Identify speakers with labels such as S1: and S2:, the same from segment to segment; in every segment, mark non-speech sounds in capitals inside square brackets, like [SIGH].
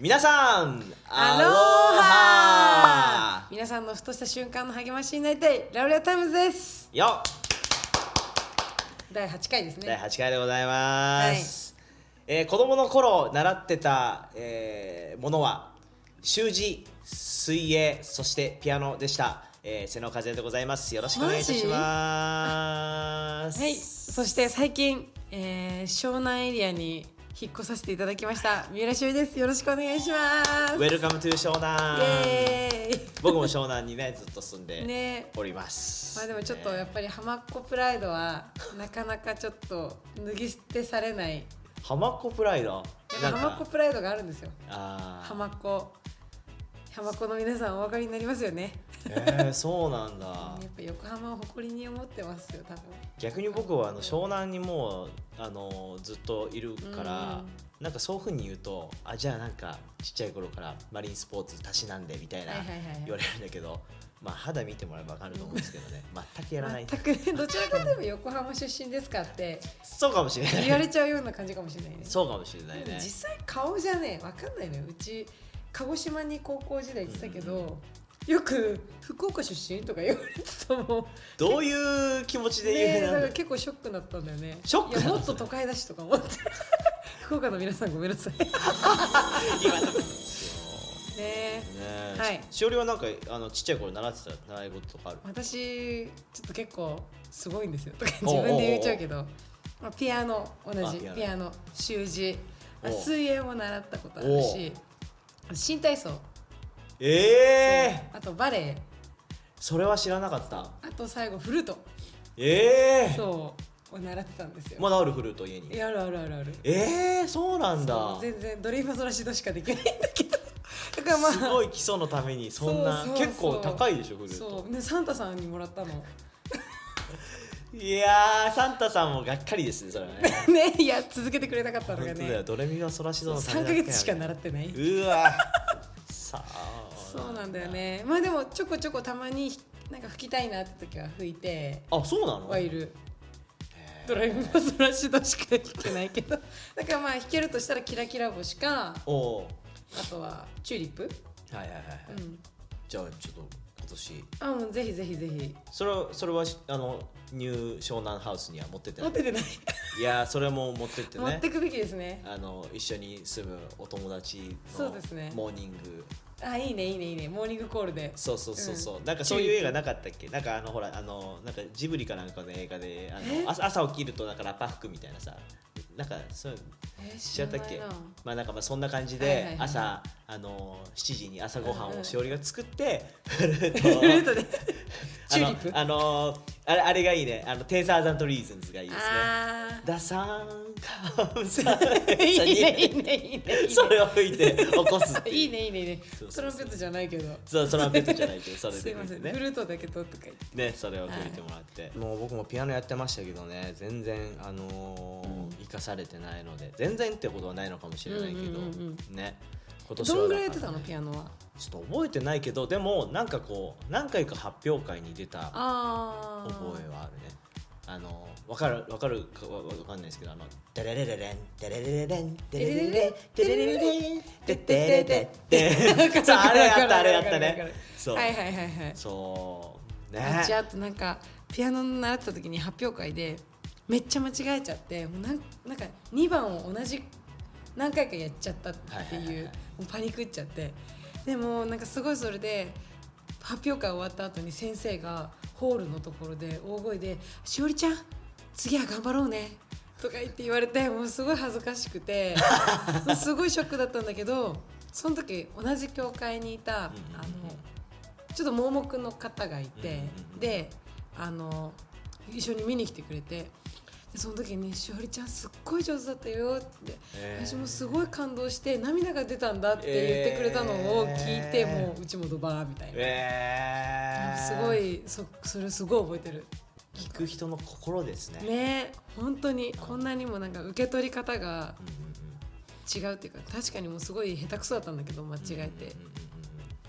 S1: 皆さん
S2: ア
S1: ア
S2: ロ
S1: ロ
S2: ハ
S1: ハ
S2: 皆さんのふとした瞬間の励ましになりたいラウレアタイムズです
S1: よ
S2: 第8回ですね
S1: 第8回でございます、えー子供の頃習ってた、えーものは習字水泳そしてピアノでした、えー、瀬野和也でございますよろしくお願いいたします
S2: はい、そして最近、えー、湘南エリアに引っ越させていただきました三浦しおりですよろしくお願いします
S1: ウェルカムトゥ湘
S2: イ
S1: 南
S2: エーイ
S1: 僕も湘南にねずっと住んで
S2: ね
S1: おります、
S2: まあでもちょっと
S1: ね
S2: やっぱり浜っ子プライドはなかなかちょっと脱ぎ捨てされない
S1: 浜っ子プライドな
S2: やっ
S1: ん
S2: ぱ
S1: か
S2: 浜っ子プライドがあるんですよ
S1: あー
S2: 浜っ子浜っ子の皆さんお分かりになりますよね
S1: えー、そうなん
S2: や
S1: だ
S2: っぱ横浜を誇りに思ってますよ多分
S1: 逆に僕はあの湘南にもうあのずっといるから、なんかそういうふうに言うとあじゃあなんかちっちゃい頃からマリンスポーツたしなんでみたいな
S2: はいはいはいはい
S1: 言われるんだけど、まあ肌見てもらえば分かると思うんですけど
S2: [LAUGHS]
S1: ね全くやらない
S2: 全くねどちらかといえば横浜出身です
S1: [LAUGHS]
S2: かって
S1: そうかもしれない
S2: 言われちゃうような感じかもしれないね
S1: そうかもしれない
S2: でも
S1: ね
S2: 実際顔じゃねわかんないのようち鹿児島に高校時代行ってたけど、よく福岡出身とか言われてた
S1: [LAUGHS]
S2: もん
S1: どういう気持ちで
S2: ね
S1: 言
S2: え
S1: う
S2: だ
S1: な
S2: か
S1: んだ
S2: ら結構ショックだったんだよね
S1: ショック
S2: い
S1: な
S2: や
S1: の
S2: もっと都会だしとか思って [LAUGHS] 福岡の皆さんごめん
S1: [LAUGHS]
S2: なさいね
S1: 今とかですよ
S2: え
S1: ね
S2: はい
S1: しおりはなんかあのちっちゃい頃習ってた習い事とかある
S2: 私ちょっと結構すごいんですよとか自分で言っちゃうけどまあピアノ同
S1: あ
S2: じ
S1: ピアノ
S2: ピアノ習字まあ
S1: おう
S2: 水泳も習ったことあるし新体操
S1: ええ
S2: あとバレエ
S1: それは知らなかった
S2: あと最後フルート
S1: ええ
S2: そうを習ってたんですよ、
S1: まだあるフルート家に
S2: いやあるあるあるある
S1: ええそうなんだ
S2: そう全然ドリームソラシドしかできないんだけどだからまあ
S1: すごい基礎のためにそんな
S2: そうそうそう
S1: 結構高いでしょフルー
S2: そ
S1: ト
S2: うねサンタさんにもらったの [LAUGHS] ね
S1: いやーサンタさんもがっかりですねそれは
S2: [LAUGHS]
S1: ね
S2: いや続けてくれなかったの
S1: 本
S2: が
S1: 当だよ
S2: ね
S1: ドレミファソラシドのためだ
S2: 3ヶ
S1: けや
S2: 月しか習ってないう
S1: わさあ
S2: そうなんだよねまあでもちょこちょこたまになんか拭きたいなって時は拭いて
S1: あそうなの
S2: はいるドライブバスラッシュとしか弾けないけどだからまあ弾けるとしたらキラキラ星か
S1: おお
S2: あとはチューリップ
S1: ーはいはいはい、はい
S2: うん
S1: じゃあちょっと今年
S2: あもうぜひぜひぜひ
S1: それはそれはしあのニュー湘南ハウスには持ってってな
S2: 持
S1: い
S2: っててない
S1: いやーそれも持ってってね
S2: [LAUGHS] 持ってくべきですね
S1: あの一緒に住むお友達
S2: そ
S1: の
S2: うですね
S1: モーニング
S2: あいいねいいねいいねモーニングコールで
S1: そう,、そうそうそう
S2: うん
S1: なんかそういう映画なかったっけなんかあのほらあのなんかジブリかなんかの映画であの朝朝起きるとなんかラッパ服みたいなさなんかそう
S2: えー
S1: しちゃったっけ
S2: 知らないな
S1: まあなんかまあそんな感じ
S2: はいはいは
S1: で
S2: い
S1: 朝、あの7時に朝ごはん
S2: うんうん
S1: をしおりが作って、フル [LAUGHS] ート
S2: フルートで
S1: あ
S2: [LAUGHS] チューリ
S1: の
S2: ップ
S1: あのあれあれがいいねあのテーザーザントリーズンズがいいですね
S2: あー
S1: ダサーンカムサ
S2: いいねいいねいいねいいね
S1: それを吹いて起こすっていう
S2: いいねいいねいいね
S1: そう
S2: ト
S1: そうそう
S2: ランペットじゃないけど
S1: そうトランペットじゃないけどそれ
S2: すい
S1: で
S2: ま
S1: 吹
S2: せ
S1: い
S2: ん
S1: てね
S2: フルートだけ取ってかい
S1: ねそれを吹いてもらって、もう僕もピアノやってましたけどね全然あのー生かされてないので全然ってことはないのかもしれないけど、
S2: うんうんうん
S1: ね今年は
S2: どん
S1: だから
S2: ぐいやってたのピアノは
S1: ちょっと覚えてないけどでもなんかこう何回か発表会に出た
S2: ああ
S1: 覚えはあるねあのわかるわかるかわわかんないですけどあの「デレレレレンデレレレレンデレレレレンデレレレレンデテレテって」
S2: [LAUGHS]
S1: そうあれやったあれやった
S2: わかるわかるわか
S1: ね
S2: る
S1: そう
S2: はいはいはいはい
S1: そうね
S2: あちあとなんかピアノ習ってた時に発表会でめっちゃ間違えちゃってもうなんなんか2番を同じ何回かやっちゃったって
S1: はいはい
S2: い
S1: はいうはい
S2: もうパニックっちゃってでもなんかすごいそれで発表会終わった後に先生がホールのところで大声で「しおりちゃん次は頑張ろうね」とか言って言われてもうすごい恥ずかしく
S1: [LAUGHS]
S2: てもうすごいショックだったんだけどその時同じ教会にいたあの
S1: うんうんうん
S2: ちょっと盲目の方がいて、
S1: うんうんうん
S2: であの一緒に見に来てくれてでその時に「しおりちゃんすっごい上手だったよ」って、
S1: えー
S2: 私もすごい感動して涙が出たんだ」って言ってくれたのを聞いて、
S1: えー
S2: もううちもドバーみたいな、
S1: えー
S2: すごいそそれすごい覚えてる
S1: 聞く人の心ですね
S2: ね本当にこんなにもなんか受け取り方が
S1: うんうん
S2: 違うっていうか確かにもうすごい下手くそだったんだけど間違
S1: うん
S2: えて、
S1: うんうんうんうん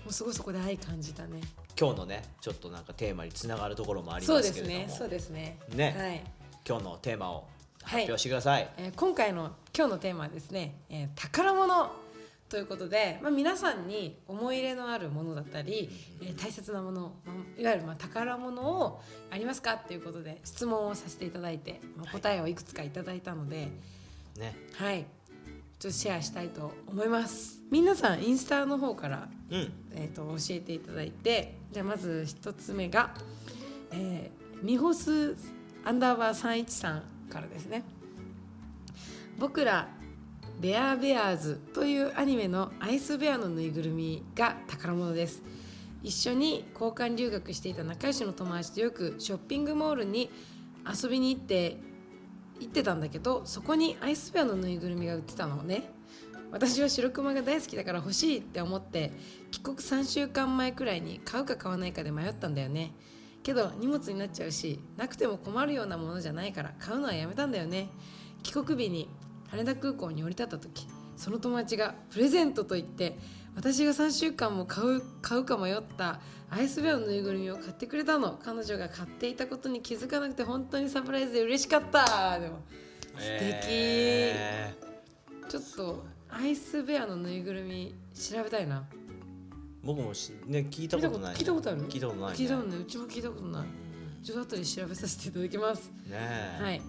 S2: もうすごいそこで愛感じたね
S1: 今日のねちょっとなんかテーマにつながるところもあり
S2: そう
S1: ま
S2: です
S1: け
S2: す
S1: れども
S2: ねそうですね
S1: ね
S2: はい
S1: 今日のテーマを発表してください、
S2: えー今回の今日のテーマはですね、えー宝物ということで、まあ、皆さんに思い入れのあるものだったり、えー大切なもの、まあいわゆるまあ宝物をありますかっていうことで質問をさせていただいて、まあ、答えをいくつかいただいたので、
S1: ね
S2: はい、ちょっとシェアしたいと思います。皆さんインスタの方から
S1: うん
S2: えー、と教えていただいてじゃあまず一つ目が、えー、ミホスアンダーバー313からですね僕らベアーベアーズというアニメのアイスベアのぬいぐるみが宝物です一緒に交換留学していた仲良しの友達とよくショッピングモールに遊びに行って行ってたんだけどそこにアイスベアのぬいぐるみが売ってたのね私は白熊が大好きだから欲しいって思って帰国3週間前くらいに買うか買わないかで迷ったんだよねけど荷物になっちゃうしなくても困るようなものじゃないから買うのはやめたんだよね帰国日に羽田空港に降り立った時その友達がプレゼントと言って私が3週間も買う買うか迷ったアイスベアのぬいぐるみを買ってくれたの彼女が買っていたことに気づかなくて本当にサプライズで嬉しかったでも素敵、
S1: えー
S2: ちょっとアイスベアのぬいぐるみ調べたいな
S1: 僕もしね聞いたことない
S2: 聞いたことある
S1: 聞いたことないね
S2: 聞いたことないうちも聞いたことないちょっと後で調べさせていただきます
S1: ねえ
S2: はい、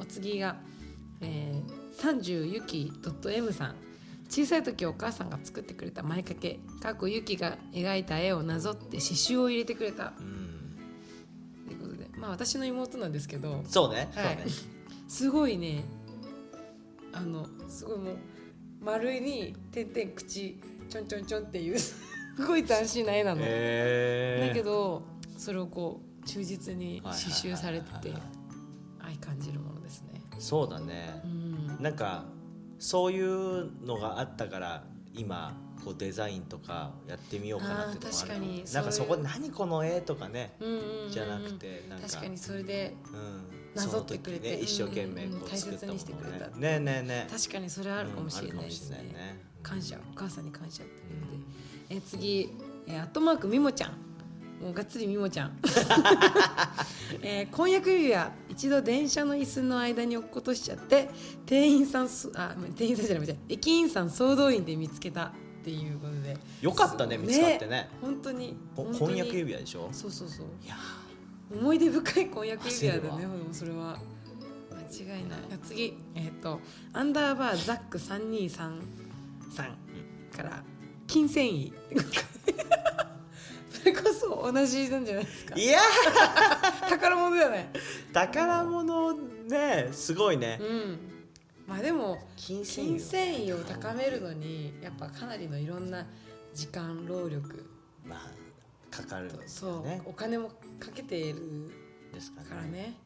S2: お次が、えー、30ゆき .m さん小さい時お母さんが作ってくれた前掛けかっこゆきが描いた絵をなぞって刺繍を入れてくれた
S1: うん
S2: ということでまあ私の妹なんですけど
S1: そうね、
S2: はい
S1: そうね
S2: すごいねあのすごいもう丸いに点々口ちょんちょんちょんっていうすごい斬新な絵なの、
S1: えー、
S2: だけどそれをこう忠実に刺繍されてて
S1: はいはいはいはい
S2: 愛感じるものですね
S1: そうだね
S2: う、ん
S1: なんかそういうのがあったから今こうデザインとかやってみようかなってとこある
S2: あー確かに
S1: なんか
S2: そ
S1: そう
S2: いう
S1: こ何この絵とかね
S2: うんうんうん
S1: じゃなくてなんか
S2: 確かにそれで
S1: うん
S2: なぞってくれて
S1: その時ね一生懸命
S2: うんうん
S1: こ
S2: うん
S1: う作っ
S2: 大切
S1: た
S2: に
S1: も
S2: してく
S1: のを
S2: れ
S1: ね
S2: た
S1: ねえねえねえ
S2: 確かにそれはあるかもしれないですね,、
S1: うんあるかもしれないね
S2: 感謝お母さんに感謝って
S1: う
S2: ことで、
S1: ん
S2: えー次、えーアットマークみもちゃんもうがっつりみもちゃ
S1: [LAUGHS]
S2: ん、えー婚約指輪一度電車の椅子の間に落っことしちゃって店員さんすあ店員さんじゃない間違えた駅員さん総動員で見つけたっていうことで
S1: よかったね見つかってね
S2: 本当に
S1: こ
S2: 本当に
S1: 婚約指輪でしょ
S2: そうそうそう
S1: いや
S2: 思い出深い婚約指輪だね
S1: 焦る
S2: で
S1: わ
S2: もそれは間違いない次えっ、とアンダーバーザック323さんから金繊 [LAUGHS] 維それこそ同じなんじゃないですか
S1: ーいや
S2: 宝物じゃない
S1: ー宝物ねすごいね
S2: うんまあでも
S1: 金
S2: 金繊維を高めるのにやっぱかなりのいろんな時間労力
S1: まあかかるん
S2: と
S1: です
S2: そ
S1: よ
S2: う、
S1: ね
S2: お金もかけている
S1: ですか
S2: から
S1: ね
S2: ね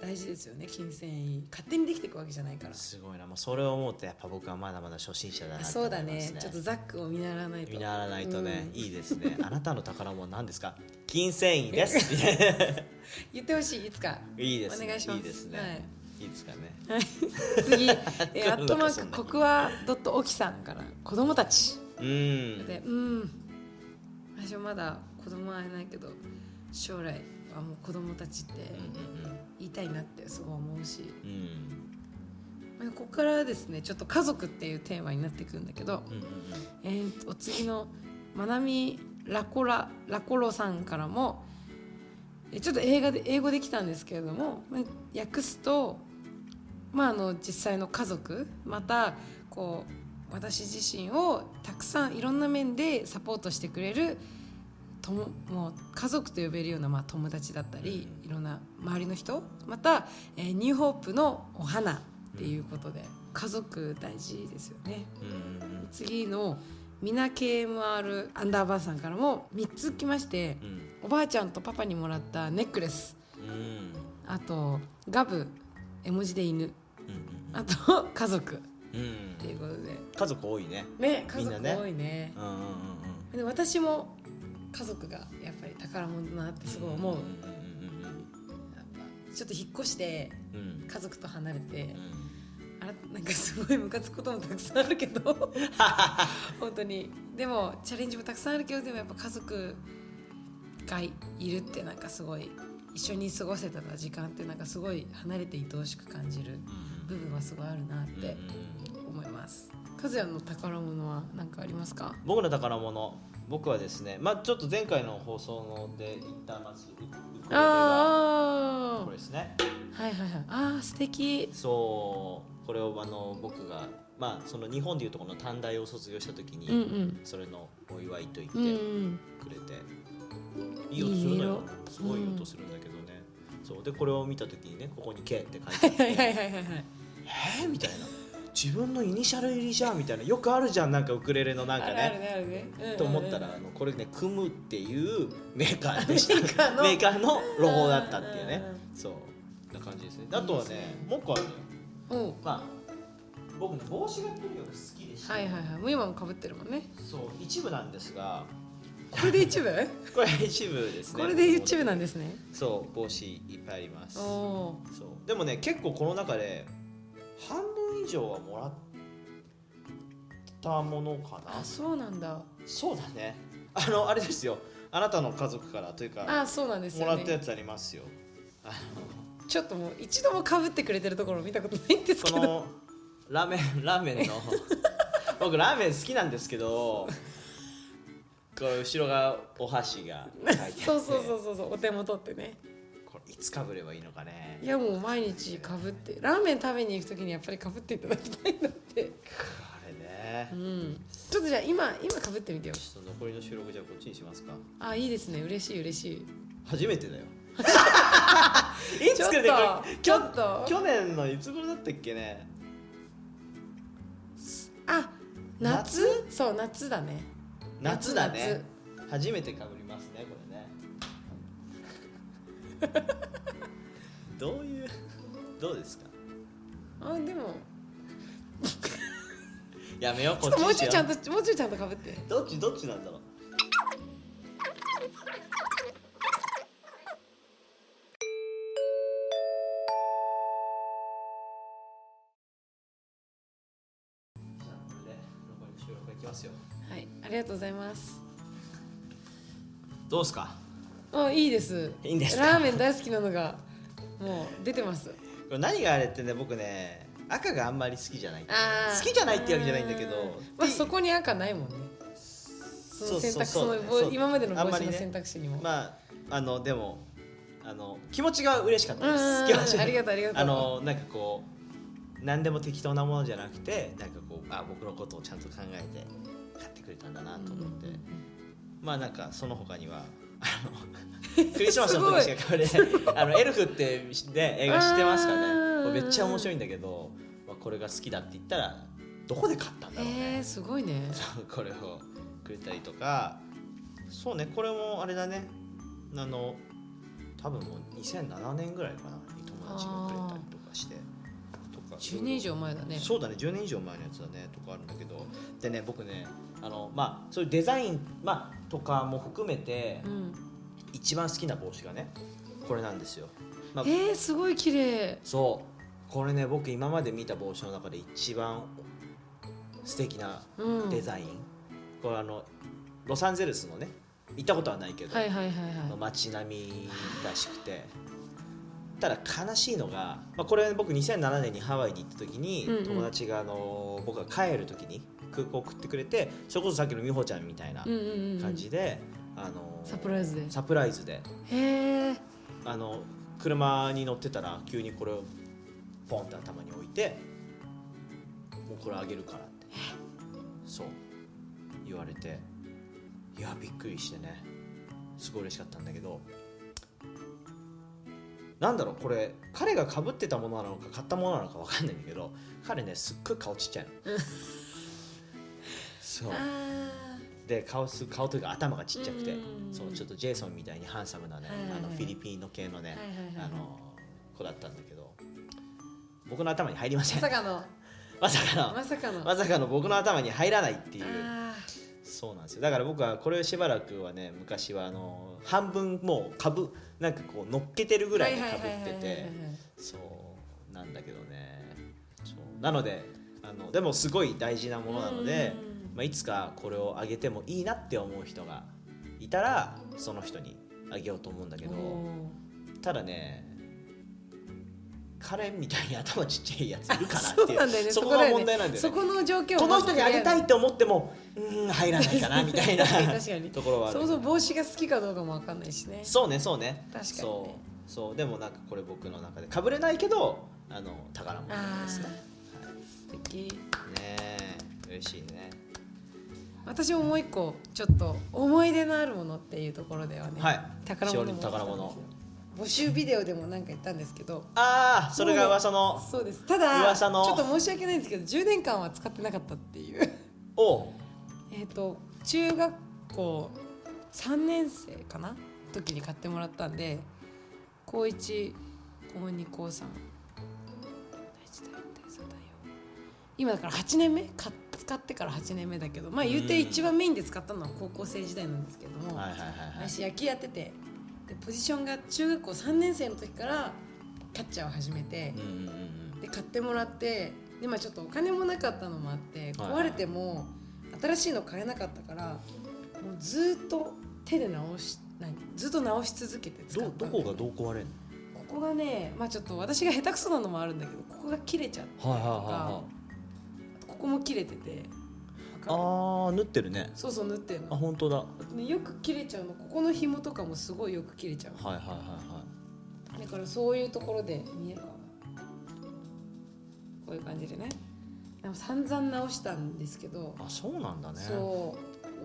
S2: 大事ですよね金繊維勝手にできていくわけじゃないから
S1: すごいなもうそれを思うとやっぱ僕はまだまだ初心者だなと
S2: そ
S1: 思い
S2: う
S1: ます
S2: だ
S1: ね
S2: ねちょっとザックを見習わないと
S1: 見習わないとね、
S2: うん
S1: いいですねあなたの宝物は何ですか金繊維ですいや
S2: 言ってほしいいつか
S1: いいですね
S2: お願いします
S1: いですね、、
S2: はい
S1: いですかね [LAUGHS]
S2: 次え
S1: な
S2: ー
S1: んか
S2: アットマ
S1: そん
S2: ー
S1: な
S2: クコクワドットオキさんから子供たち
S1: うん
S2: でうん私はまだ子供はいないけど将来はもう子供たちって言いたいなってすごい思うし
S1: うんうんうん
S2: まあここからですねちょっと家族っていうテーマになってくるんだけど
S1: うんうんうんうん
S2: えーとお次のまなみラコララコロさんからもえちょっと映画で英語できたんですけれどもま訳すと、まあ、あの実際の家族またこう私自身をたくさんいろんな面でサポートしてくれるとももう家族と呼べるような、まあ、友達だったりいろんな周りの人また、えーニューホープのお花っていうことで家族大事ですよね。
S1: うんうん
S2: 次のみな KMR アンダーバーさんからも3つ来まして
S1: うん
S2: おばあちゃんとパパにもらったネックレス
S1: うんうん
S2: あとガブ絵文字で犬あと家族っ
S1: うんうん
S2: ていうことで
S1: 家族多いね
S2: ね家
S1: みんな
S2: 族
S1: ね
S2: 多いね
S1: うんうんうん
S2: で私も家族がやっぱり宝物だなってすごい思う
S1: うんうんうん
S2: やっぱちょっと引っ越して
S1: うんうん
S2: 家族と離れて
S1: うん
S2: あらなんかすごいムカつくこともたくさんあるけ
S1: [LAUGHS]
S2: ど本当にでもチャレンジもたくさんあるけどでもやっぱ家族がいるってなんかすごい一緒に過ごせた時間ってなんかすごい離れて愛おしく感じる
S1: うん
S2: 部分はすごいあるなっ
S1: うんうん
S2: て思います、
S1: う
S2: 和也の宝物は何かありますか
S1: 僕の宝物僕はですねまあちょっと前回の放送ので一旦まずウクレレが
S2: あ
S1: これですね
S2: あはいはいはいああ素敵
S1: そうこれをあの僕がまあその日本でいうとこの短大を卒業した時に、
S2: うんうん
S1: それのお祝いと言って
S2: うんうん
S1: くれて、いい音するんだよすごい音するんだけどね、そうでこれを見た時にねここに「K」って書いてあ
S2: はい
S1: っ
S2: は
S1: て
S2: いはいはいはい
S1: えーみたいな自分のイニシャル入りじゃんみたいなよくあるじゃんなんかウクレレのなんか
S2: あるある
S1: ね
S2: ねあるねうんうんうん
S1: と思ったらあのこれね「組む」っていうメーカーでした
S2: メーカーの
S1: メーカーのロゴだったっていうね
S2: うんうん
S1: そうな感じですねあとはい
S2: いで
S1: ね
S2: すね
S1: もう一個あるのよ
S2: おう
S1: まあ僕ね帽子がとにかく好きでして、
S2: はいはいはいもう今もかぶってるもんね
S1: そう一部なんですが
S2: [LAUGHS] これで YouTube?
S1: これ一部ですね
S2: これで YouTube なんですね
S1: そう帽子いっぱいあります
S2: おお
S1: そうでもね結構この中で半分以上はもらったものか
S2: あ
S1: な
S2: そうなんだ
S1: そうだねあのあれですよあなたの家族からというか
S2: あそうなんです
S1: もら
S2: よ
S1: ったや
S2: ね
S1: つありますよあ
S2: ちょっともう一度もかぶってくれてるところ見たことないんです
S1: の
S2: け
S1: [LAUGHS] こ
S2: ど
S1: のラーメンラーメンの僕ラーメン好きなんですけどこれ後ろがお箸が書いてあって
S2: [LAUGHS] [LAUGHS] そうそうそうそうそうお手元ってね
S1: これいつかぶればいいのかね
S2: いやもう毎日かぶってラーメン食べに行く時にやっぱりかぶっていただきたいなって
S1: あれね、
S2: うんちょっとじゃあ今今かぶってみてよ
S1: ちょっと残りの収録じゃあこっちにしますか
S2: あいいですね嬉しい嬉しい
S1: 初めてだよい
S2: ちょ
S1: つ
S2: っ
S1: くでこれ
S2: とちょっと
S1: 去年のいつ頃だったっけね
S2: あ夏そう夏だね
S1: 夏だね初めてかぶりますねこれね
S2: [LAUGHS]
S1: どういうどうですか
S2: あでも
S1: やめようこっち
S2: もう
S1: に
S2: ち
S1: し
S2: ょいちゃ
S1: よ
S2: んともうちょいちゃんとかぶって
S1: うどっちどっちなんだろうじゃあこれで残りの収録いきますよ
S2: はいありがとうございます
S1: どうですか
S2: あいいです
S1: いいんですか
S2: ラーメン大好きなのがもう出てます
S1: これ何があれってね僕ね赤があんまり好きじゃない
S2: あー
S1: 好きじゃないってわけじゃないんだけど
S2: うんまあそこに赤ないもんねその選択肢
S1: そうそうそう
S2: その
S1: そう
S2: 今までの
S1: あん
S2: 帽
S1: ま
S2: 子
S1: り
S2: の
S1: ね
S2: 選択肢にも
S1: まああのでもあの気持ちが嬉しかったで
S2: うんうん
S1: す
S2: うん
S1: 気持ち
S2: ありがとうありがとう
S1: あのなんかこう何でも適当なものじゃなくてなんかこうあ僕のことをちゃんと考えて買ってくれたんだなと思って、
S2: うんうん
S1: まあなんかその他にはあ
S2: [LAUGHS]
S1: のクリスマスの時しかこれあのエルフってね映画知ってますか
S2: あー
S1: ねこれめっちゃ面白いんだけど、まあ、これが好きだって言ったらどこで買ったんだろうね、
S2: えー、すごいね
S1: そう [LAUGHS] これをくれたりとかそうねこれもあれだねあの多分もう2007年ぐらいかなに友達がくれたりとかしてとか
S2: 10年以上前だね
S1: そうだね10年以上前のやつだねとかあるんだけどでね僕ねあのまあそういうデザイン、まあ、とかも含めて
S2: うん
S1: 一番好きな帽子がねこれなんですよ、まあ、
S2: えー、すごい綺麗
S1: そうこれね僕今まで見た帽子の中で一番素敵な
S2: うん
S1: デザイン、これあのロサンゼルスのね行ったことはないけど、
S2: はいはいはいはい
S1: の街並みらしくてただ悲しいのが、まあ、これ僕2007年にハワイに行った時に、
S2: うんうん
S1: 友達があの僕が帰る時に空港送ってくれてそれこそさっきの美穂ちゃんみたいな
S2: うんうんうん
S1: 感じで、あの
S2: サプライズで
S1: サプライズで
S2: へえ
S1: あの車に乗ってたら急にこれをポンって頭に置いてもうこれあげるからってそう言われていやびっくりしてねすごい嬉しかったんだけどなんだろうこれ彼がかぶってたものなのか買ったものなのかわかんないんだけど彼ねすっごい顔ちっちゃいのそう
S2: ああ
S1: で顔す顔というか頭がちっちゃくて
S2: うんうんうん
S1: そうちょっとジェイソンみたいにハンサムなね
S2: はいはいはい
S1: あのフィリピンの系のね
S2: はいはいはい
S1: あの子だったんだけど僕の頭に入りませ
S2: ま
S1: ん
S2: さかの
S1: まさか
S2: ま
S1: の
S2: さかの
S1: まさかの僕の頭に入らないっていう
S2: あ
S1: そうなんですよだから僕はこれをしばらくはね昔はあの半分もう株なんかこう乗っけてるぐ
S2: ー
S1: ら
S2: はいい
S1: に
S2: は
S1: か
S2: い
S1: ぶ
S2: はいはい
S1: っててそうなんだけどねそうなのであのでもすごい大事なものなので
S2: うんうんうん、
S1: まあ、いつかこれをあげてもいいなって思う人がいたらその人にあげようと思うんだけ
S2: お
S1: ど
S2: ー
S1: ただねカレンみたいに頭ちっちゃいやついるかな
S2: [LAUGHS] そ
S1: っ
S2: う
S1: てい
S2: なんだよ
S1: う
S2: ね
S1: そこ
S2: だ
S1: が
S2: よね
S1: 問題なんだよ
S2: そ
S1: ね
S2: この状況を
S1: この人にあげたい
S2: まず
S1: って思ってもうーん入らないかなみたいな
S2: [LAUGHS] 確かに確かに
S1: ところはあ
S2: そ
S1: る
S2: もそも帽子が好きかどうかもわかんないしね
S1: そうねそうね
S2: 確かにね
S1: そうそうでもなんかこれ僕の中でかぶれないけどあの宝物
S2: あ
S1: で
S2: あ
S1: すね
S2: 素敵
S1: ねえ嬉しいね
S2: 私ももう一個ちょっと思い出のあるものっていうところではね、
S1: はい
S2: 宝
S1: しおり
S2: 物も
S1: の宝物
S2: 募集ビデオでもなんか言ったんですけど
S1: ああそれが噂の
S2: そうですただ
S1: 噂の
S2: ちょっと申し訳ないんですけど10年間は使ってなかったっていう
S1: おう
S2: えっと中学校3年生かな時に買ってもらったんで高1高2高3今だから8年目か使ってから8年目だけどまあ言うて
S1: うん
S2: 一番メインで使ったのは高校生時代なんですけども、
S1: はいはいはいはい
S2: 私野球やっててでポジションが中学校3年生の時からキャッチャーを始めて
S1: うん、うんうんうん
S2: で買ってもらってで、まあ、ちょっとお金もなかったのもあって
S1: はいは
S2: 壊
S1: い
S2: れても新しいの買えなかったからもうずっと手で直し何ずっと直し続けて使っ
S1: ど
S2: たの
S1: どこがどう壊れる
S2: ここがね、まあ、ちょっと私が下手くそなのもあるんだけどここが切れちゃって
S1: のはいはい
S2: ここも切れてて
S1: いはいああ縫ってるね
S2: そうそう縫ってる
S1: あ
S2: の、
S1: 本当だは
S2: ね、よく切れちゃうのここの紐とかもすごいよく切れちゃう
S1: いはいはいはい
S2: だからそういうところで見えるかなこういう感じでねでも散々直したんですけど、
S1: あそうなんだね
S2: そ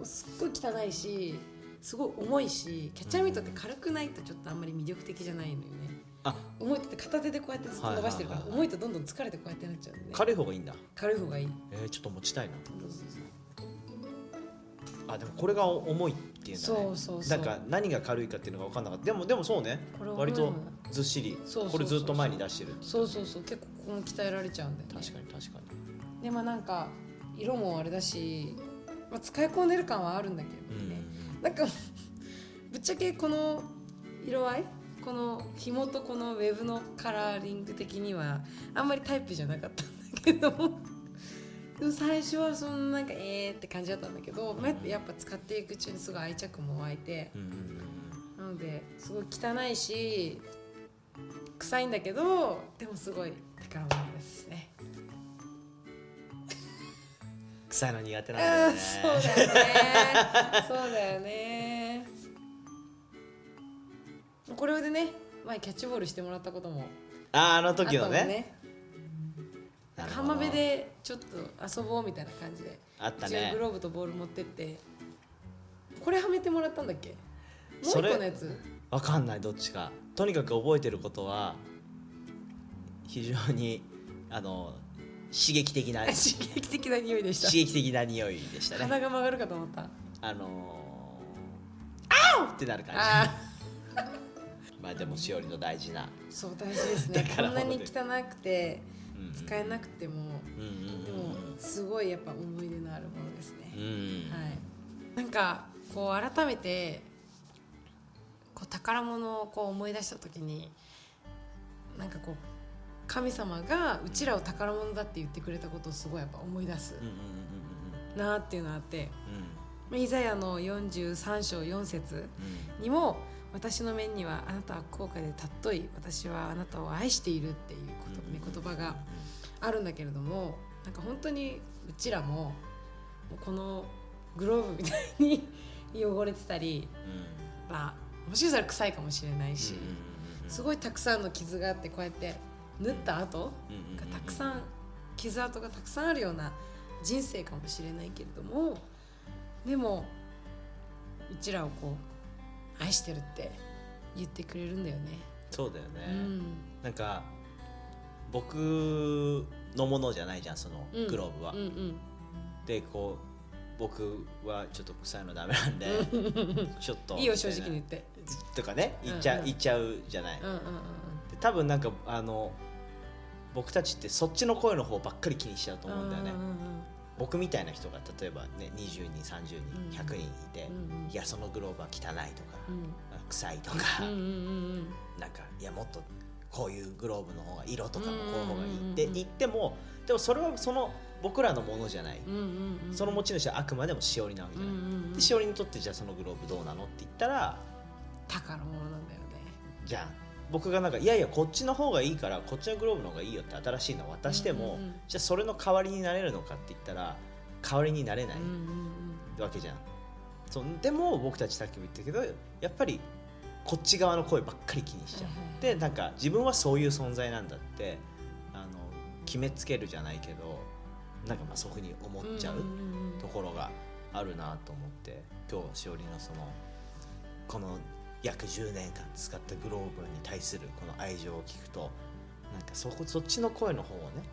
S2: うすっごい汚いしすごい重いしキャッチャーミットって軽くないとちょっとあんまり魅力的じゃないのよね
S1: あ
S2: 重いとって片手でこうやってずっと伸ばしてるから、
S1: はいはいは
S2: 重いとどんどん疲れてこうやってなっちゃうんで
S1: 軽い方がいいんだ
S2: 軽い方がいい
S1: えー、ちょっと持ちたいなあでもこれが重いっていうんだね
S2: そうそうそ
S1: な
S2: う
S1: んか何が軽いかっていうのが分かんなかったでもでもそうね
S2: これ重い
S1: 割とずっしり
S2: そうそうそうそう
S1: これずっと前に出してる
S2: そうそうそう結構ここも鍛えられちゃうんだよね
S1: 確かに確かに
S2: でまあなんか色もあれだし、まあ、使い込んでる感はあるんだけど
S1: うん
S2: ね、なんかぶっちゃけこの色合いこの紐とこのウェブのカラーリング的にはあんまりタイプじゃなかったんだけどでも最初はそのなんかえーって感じだったんだけど、まあやっぱ使っていくうちにすごい愛着も湧いて
S1: うんうんうん
S2: なのですごい汚いし臭いんだけどでもすごい宝物ですね。
S1: 臭いの苦手なんだ
S2: あ
S1: よ
S2: ー
S1: ね
S2: そうだよねそうだよねこれでね前キャッチボールしてもらったことも
S1: あーあの
S2: あった
S1: 時
S2: も
S1: の
S2: ん
S1: ね
S2: ね
S1: なるほど
S2: 浜辺でちょっと遊ぼうみたいな感じで
S1: あった
S2: 一応
S1: ね
S2: グローブとボール持ってってこれはめてもらったんだっけもう一
S1: そ
S2: 個
S1: れ
S2: のやつ
S1: 分かんないどっちかとにかく覚えてることは非常にあの刺激的な刺
S2: [LAUGHS] 刺激的な匂いでした
S1: 激的な匂いでしたね
S2: 鼻が曲がるかと思った
S1: あのー、あーってなる感じ
S2: あ
S1: [LAUGHS] まあでもしおりの大事な、
S2: ーそう大事ですねこ
S1: 宝
S2: んな
S1: 物
S2: に
S1: で
S2: 汚くて
S1: うんうん、
S2: 使えなくても
S1: うん
S2: でもすごいやっぱ思い出のあるものですね、
S1: うんうんうん
S2: はい、なんかこう改めてこう宝物をこう思い出した時になんかこう神様がうちらを宝物だって言ってくれたことをすごいやっぱ思い出す
S1: うんうんうんうん
S2: なっていうのがあって
S1: う
S2: まあイザヤの43章4節
S1: んうん
S2: にも「私の面にはあなたは高価で尊い私はあなたを愛している」っていうこと、ね、言葉があるんだけれどもなんか本当にうちらももうこのグローブみたいに汚れてたり、
S1: う
S2: まあ、もしかしたら臭いかもしれないし、
S1: ん
S2: すごいたくさんの傷があってこうやって縫った跡がたくさん傷跡がたくさんあるような人生かもしれないけれどもでもうちらをこう愛してるって言ってくれるんだよね。
S1: そうだよ
S2: う
S1: ね、
S2: ん、
S1: なんか僕のものじゃないじゃんその
S2: うん
S1: グローブは、
S2: うんうん
S1: でこう僕はちょっと臭いのダメ
S2: [LAUGHS]
S1: なんでちょっと
S2: いいよ正直に言って。
S1: とかね言っちゃ,、
S2: うん
S1: う
S2: うん
S1: 言っちゃうじゃない、
S2: うんうんうんうん
S1: で多分なんかあの僕たちってそっちの声の方ばっかり気にしちゃうと思うんだよね、
S2: うん
S1: 僕みたいな人が例えばね20人30人
S2: うん
S1: 100人いて、
S2: うんうん
S1: いやそのグローブは汚いとか、
S2: う
S1: 臭いとか、
S2: んうんうんうんうん
S1: なんかいやもっとこういうグローブの方が色とかもこういう方がい
S2: うんうんうん
S1: い
S2: うん
S1: って言ってもでもそれはその僕らのものじゃない、
S2: うんうんうん
S1: その持ち主はあくまでもしおりなわけ
S2: う
S1: じ
S2: ん
S1: ゃ
S2: う
S1: ない、
S2: んうん
S1: でしおりにとってじゃあそのグローブどうなのって言ったら
S2: 宝物なんだよね
S1: じゃあ僕がなんかいやいやこっちの方がいいからこっちのグローブの方がいいよって新しいの渡しても、
S2: うんうんうん
S1: じゃあそれの代わりになれるのかって言ったら代わりになれない
S2: うんうん
S1: わけじゃん、そうでも僕たちさっきも言ったけどやっぱりこっち側の声ばっかり気にしちゃう、
S2: はいはいはい
S1: でなんか自分はそういう存在なんだってあの決めつけるじゃないけどなんかまあそういうふうに思っ
S2: うん
S1: ちゃう。
S2: んんん
S1: ところがあるなと思って今日しおりのそのこの約10年間使ったグローブに対するこの愛情を聞くとなんかそこそっちの声の方をね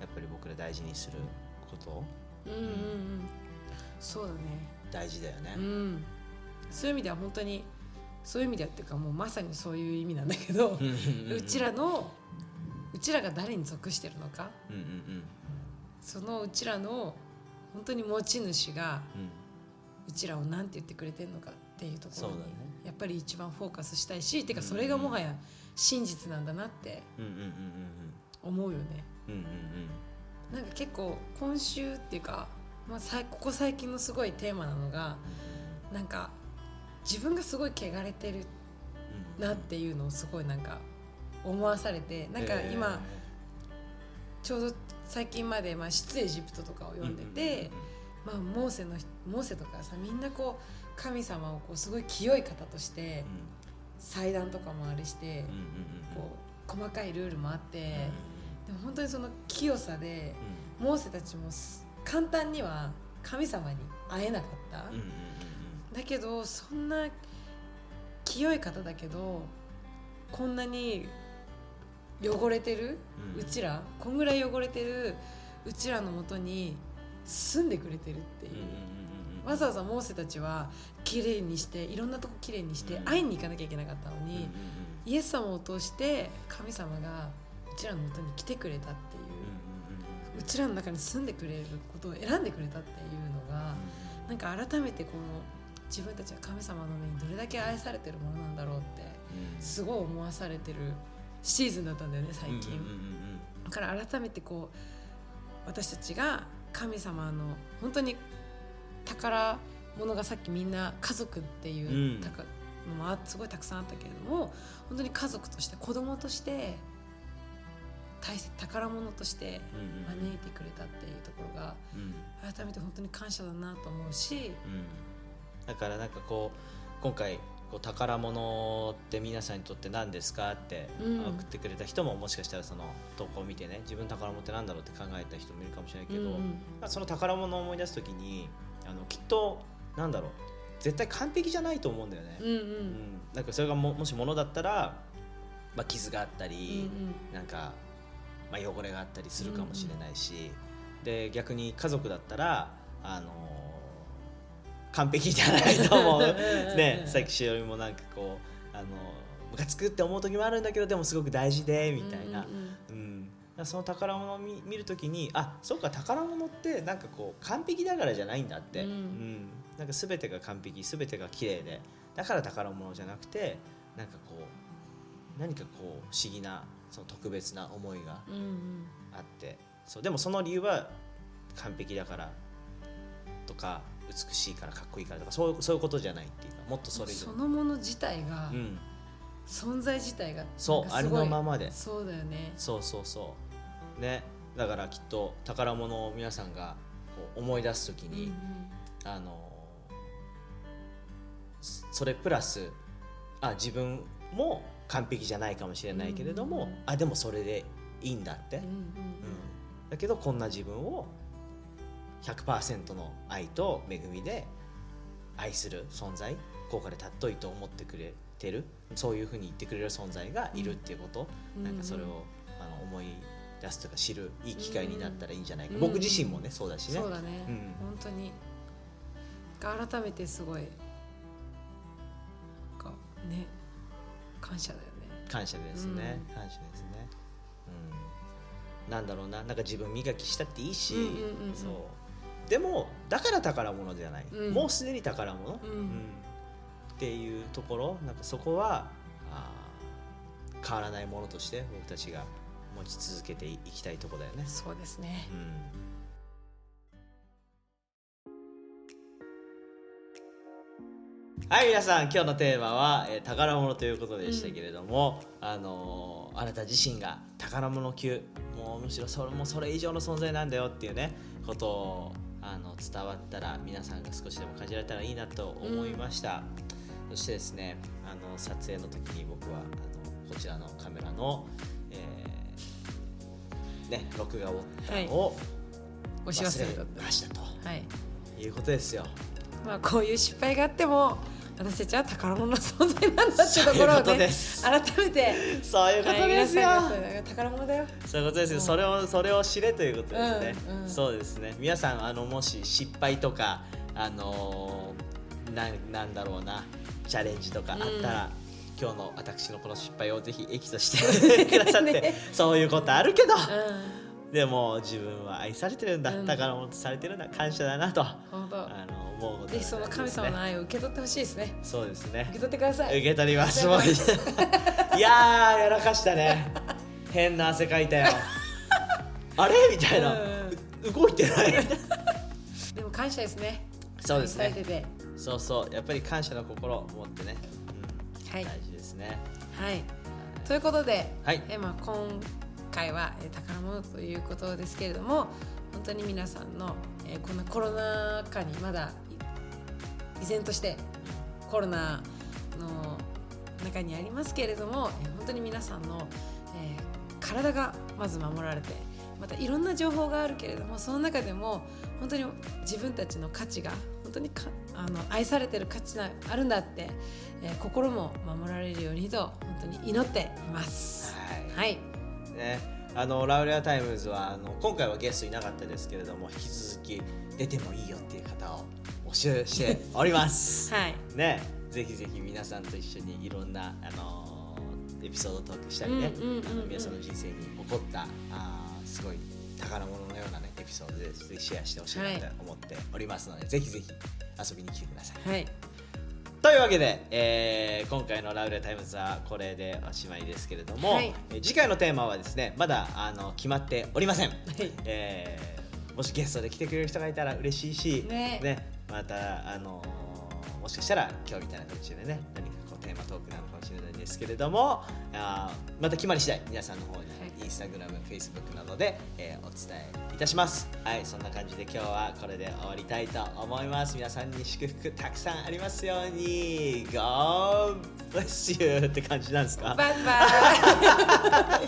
S1: やっぱり僕ら大事にすること
S2: うんうんうんそうだね
S1: 大事だよね。
S2: うんそういう意味では本当にそういう意味ではっていうかもうまさにそういう意味なんだけど、
S1: う
S2: うちらのうちらが誰に属してるのか
S1: うんうんうん
S2: そのうちらの本当に持ち主が
S1: うん
S2: うちらをなんて言ってくれてるのかっていうところに
S1: そうだね
S2: やっぱり一番フォーカスしたいし、てかそれがもはや真実なんだなって
S1: うんうん
S2: 思うよね。
S1: うんうんうんうんうん
S2: なんか結構今週っていうか、まあ、さいここ最近のすごいテーマなのがなんか自分がすごい汚れてる
S1: うん
S2: なっていうのをすごいなんか思わされてなんか
S1: えー
S2: 今ちょうど最近まで、まあ、出エジプトとかを読んでて。まあ、モーセのモーセとかさみんなこう神様をこうすごい清い方として祭壇とかもあれして
S1: うんうんうんうん
S2: こう細かいルールもあって
S1: うんうんうん
S2: でも本当にその清さでモーセたちもす簡単には神様に会えなかっ
S1: う
S2: た
S1: んうんうんうん
S2: だけどそんな清い方だけどこんなに汚れてる
S1: うん
S2: うちらこんぐらい汚れてるうちらのもとに住んでくれてるっていう
S1: うんうんうんうんうん
S2: わざわざモーセたちは綺麗にしていろんなとこ綺麗にして
S1: うん
S2: 会いに行かなきゃいけなかったの
S1: うんうんう
S2: に、
S1: ん
S2: イエス様を通して神様がうちらのもとに来てくれたっていう、うちらの中に住んでくれることを選んでくれたっていうのが、なんか改めてこの自分たちは神様の目にどれだけ愛されてるものなんだろうってすごい思わされてるシーズンだったんだよね最近。
S1: うんうんうんうん
S2: だから改めてこう私たちが神様の本当に宝物がさっきみんな家族っていううんたかのもあすごいたくさんあったけれども本当に家族として子供として大切宝物として
S1: うんうん
S2: 招いてくれたっていうところが
S1: うん
S2: 改めて本当に感謝だなと思うし、
S1: うんだからなんかこう今回こう宝物って皆さんにとって何ですかって
S2: うん
S1: 送ってくれた人ももしかしたらその投稿を見てね自分の宝物って何だろうって考えた人もいるかもしれないけど、
S2: うんうん
S1: まあ、その宝物を思い出す時にあのきっとなんだろう絶対完璧じゃないと思うんだよね。
S2: うんう
S1: うん
S2: ん
S1: なんかそれがももしものだったら、まあ、傷があった
S2: う
S1: り、
S2: ん
S1: なんか、まあ、汚れがあったりするかもしれないし、で逆に家族だったら、あのー完璧じゃないと思 [LAUGHS] うねさっきしおりもなんかこう、あのームカつくって思う時もあるんだけどでもすごく大事でみたいな、
S2: うんうんうん
S1: うん、だからその宝物を見見るときにあそうか宝物ってなんかこう完璧だからじゃないんだって、
S2: うん
S1: うんなんか全てが完璧全てが綺麗でだから宝物じゃなくてなんかこう何かこう不思議なその特別な思いが
S2: うんうん
S1: あってそうでもその理由は完璧だからとか美しいからかっこいいからとかそういうそういうことじゃないっていうかもっとそれ以上
S2: そのもの自体が、
S1: うん、
S2: 存在自体が
S1: そう
S2: なんか
S1: あ
S2: す
S1: り
S2: ごい
S1: のままで
S2: そうだよね
S1: そうそうそうねだからきっと宝物を皆さんがこう思い出す時に、あのそそれプラスあ自分も完璧じゃないかもしれないけれども、
S2: うん
S1: あでもそれでいいんだって、
S2: うんう
S1: うん
S2: ん
S1: だけどこんな自分を100%の愛と恵みで愛する存在高価で尊いと思ってくれてるそういうふうに言ってくれる存在がいるっていうこと、
S2: うん
S1: なんかそれをあの思い出すとか知るいい機会になったらいいんじゃないか、
S2: うん
S1: 僕自身もねそうだしね。
S2: そうだね、
S1: うん
S2: 本当に改めてすごいなんかね感謝だよね
S1: 感謝ですね、感謝ですね、うん、なんだろうななんか自分磨きしたっていいし、
S2: うんうんうんうん
S1: そうでもだから宝物じゃない、
S2: うん
S1: もうすでに宝物、
S2: うん
S1: っていうところなんかそこはあー変わらないものとして僕たちが持ち続けていきたいところだよね。
S2: そうですね
S1: うんはい皆さん今日のテーマは、えー宝物ということでしたけれども、あのーあなた自身が宝物級もうむしろそれもうそれ以上の存在なんだよっていうねことをあの伝わったら皆さんが少しでも感じられたらいいなと思いました、そしてですねあの撮影の時に僕はあのこちらのカメラの、えーね、録画ボタンを
S2: お知らせ
S1: 忘
S2: だ
S1: れ
S2: っ
S1: ましたと
S2: たはい
S1: いうことですよ。
S2: まあこういう失敗があっても私たちは宝物の存在なんだっていうとこ
S1: そう
S2: ろ
S1: いうこと
S2: をね
S1: です
S2: 改めて
S1: そういうことですよ。
S2: はい皆さんが宝物だよ
S1: そういうことですよ。
S2: うん
S1: それをそれを知れということですね。
S2: うんうん
S1: そうですね。皆さんあのもし失敗とかあのーななんだろうなチャレンジとかあったら。今日の私のこの失敗をぜひ益と
S2: [LAUGHS]
S1: してくださって、
S2: ね
S1: そういうことあるけど、
S2: う
S1: でも自分は愛されてるんだ、
S2: うん
S1: 宝物とされてるんだ感謝だなとあ
S2: ん本当
S1: の思うこと
S2: ぜひその神様の
S1: 愛
S2: 愛を受け取ってほしいですね
S1: そうですね
S2: 受け取ってくださ
S1: 受
S2: い
S1: け取り [LAUGHS] ますもういやーやらかしたね変な汗かいた [LAUGHS] よあれみたいな、
S2: うん
S1: う動いてない
S2: でも感謝ですね
S1: そうですね
S2: 伝えてて
S1: そうそうやっぱり感謝の心を持ってね、うん
S2: はい
S1: 大事ですね
S2: はいということで、
S1: はい
S2: えまあ、今回はえー宝物ということですけれども本当に皆さんの、えーこのコロナ禍にまだい依然としてコロナの中にありますけれども、えー本当に皆さんの、えー体がまず守られてまたいろんな情報があるけれどもその中でも本当に自分たちの価値が本当にかあの愛されてる価値があるんだって、えー心も守られるようにと本当に祈っています。
S1: は
S2: はい、
S1: い、ねあのラウレアタイムズはあの今回はゲストいなかったですけれども引き続き出てもいいよっていう方を募集しておりま [LAUGHS] す
S2: はい
S1: ねぜひぜひ皆さんと一緒にいろんな、あのーエピソードトークしたりね、
S2: うんうんうんうん
S1: あの皆さんの人生に起こったあーすごい宝物のような、ね、エピソードでぜひシェアしてほしいなと思っておりますので、ぜひぜひ遊びに来てください。
S2: はい
S1: というわけで、えー今回の「ラウレタイムズ」はこれでおしまいですけれども、
S2: はい
S1: えー次回のテーマはですねまだあの決まっておりません、
S2: い
S1: えーもしゲストで来てくれる人がいたら嬉しいし、
S2: ね
S1: また、あのーもしかしたら今日みたいな形でね何かこうテーマトークなのかもしれないですけれどもあーまた決まり次第皆さんの方に、
S2: い
S1: インスタグラム、フェイスブックなどで、えーお伝えいたします。はい、そんな感じで今日はこれで終わりたいと思います。皆さんに祝福たくさんありますように。God bless you って感じなんですか
S2: バ [LAUGHS] イバイ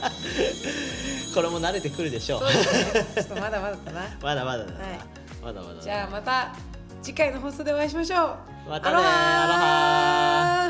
S1: これも慣れてくるでしょう
S2: そう。ですね。ちょっとまだまだだな。
S1: [LAUGHS] まだまだだな、
S2: はい
S1: まだまだだな
S2: じゃあまた次回の放送でお会いしましょう。
S1: またねアロハ
S2: アロハ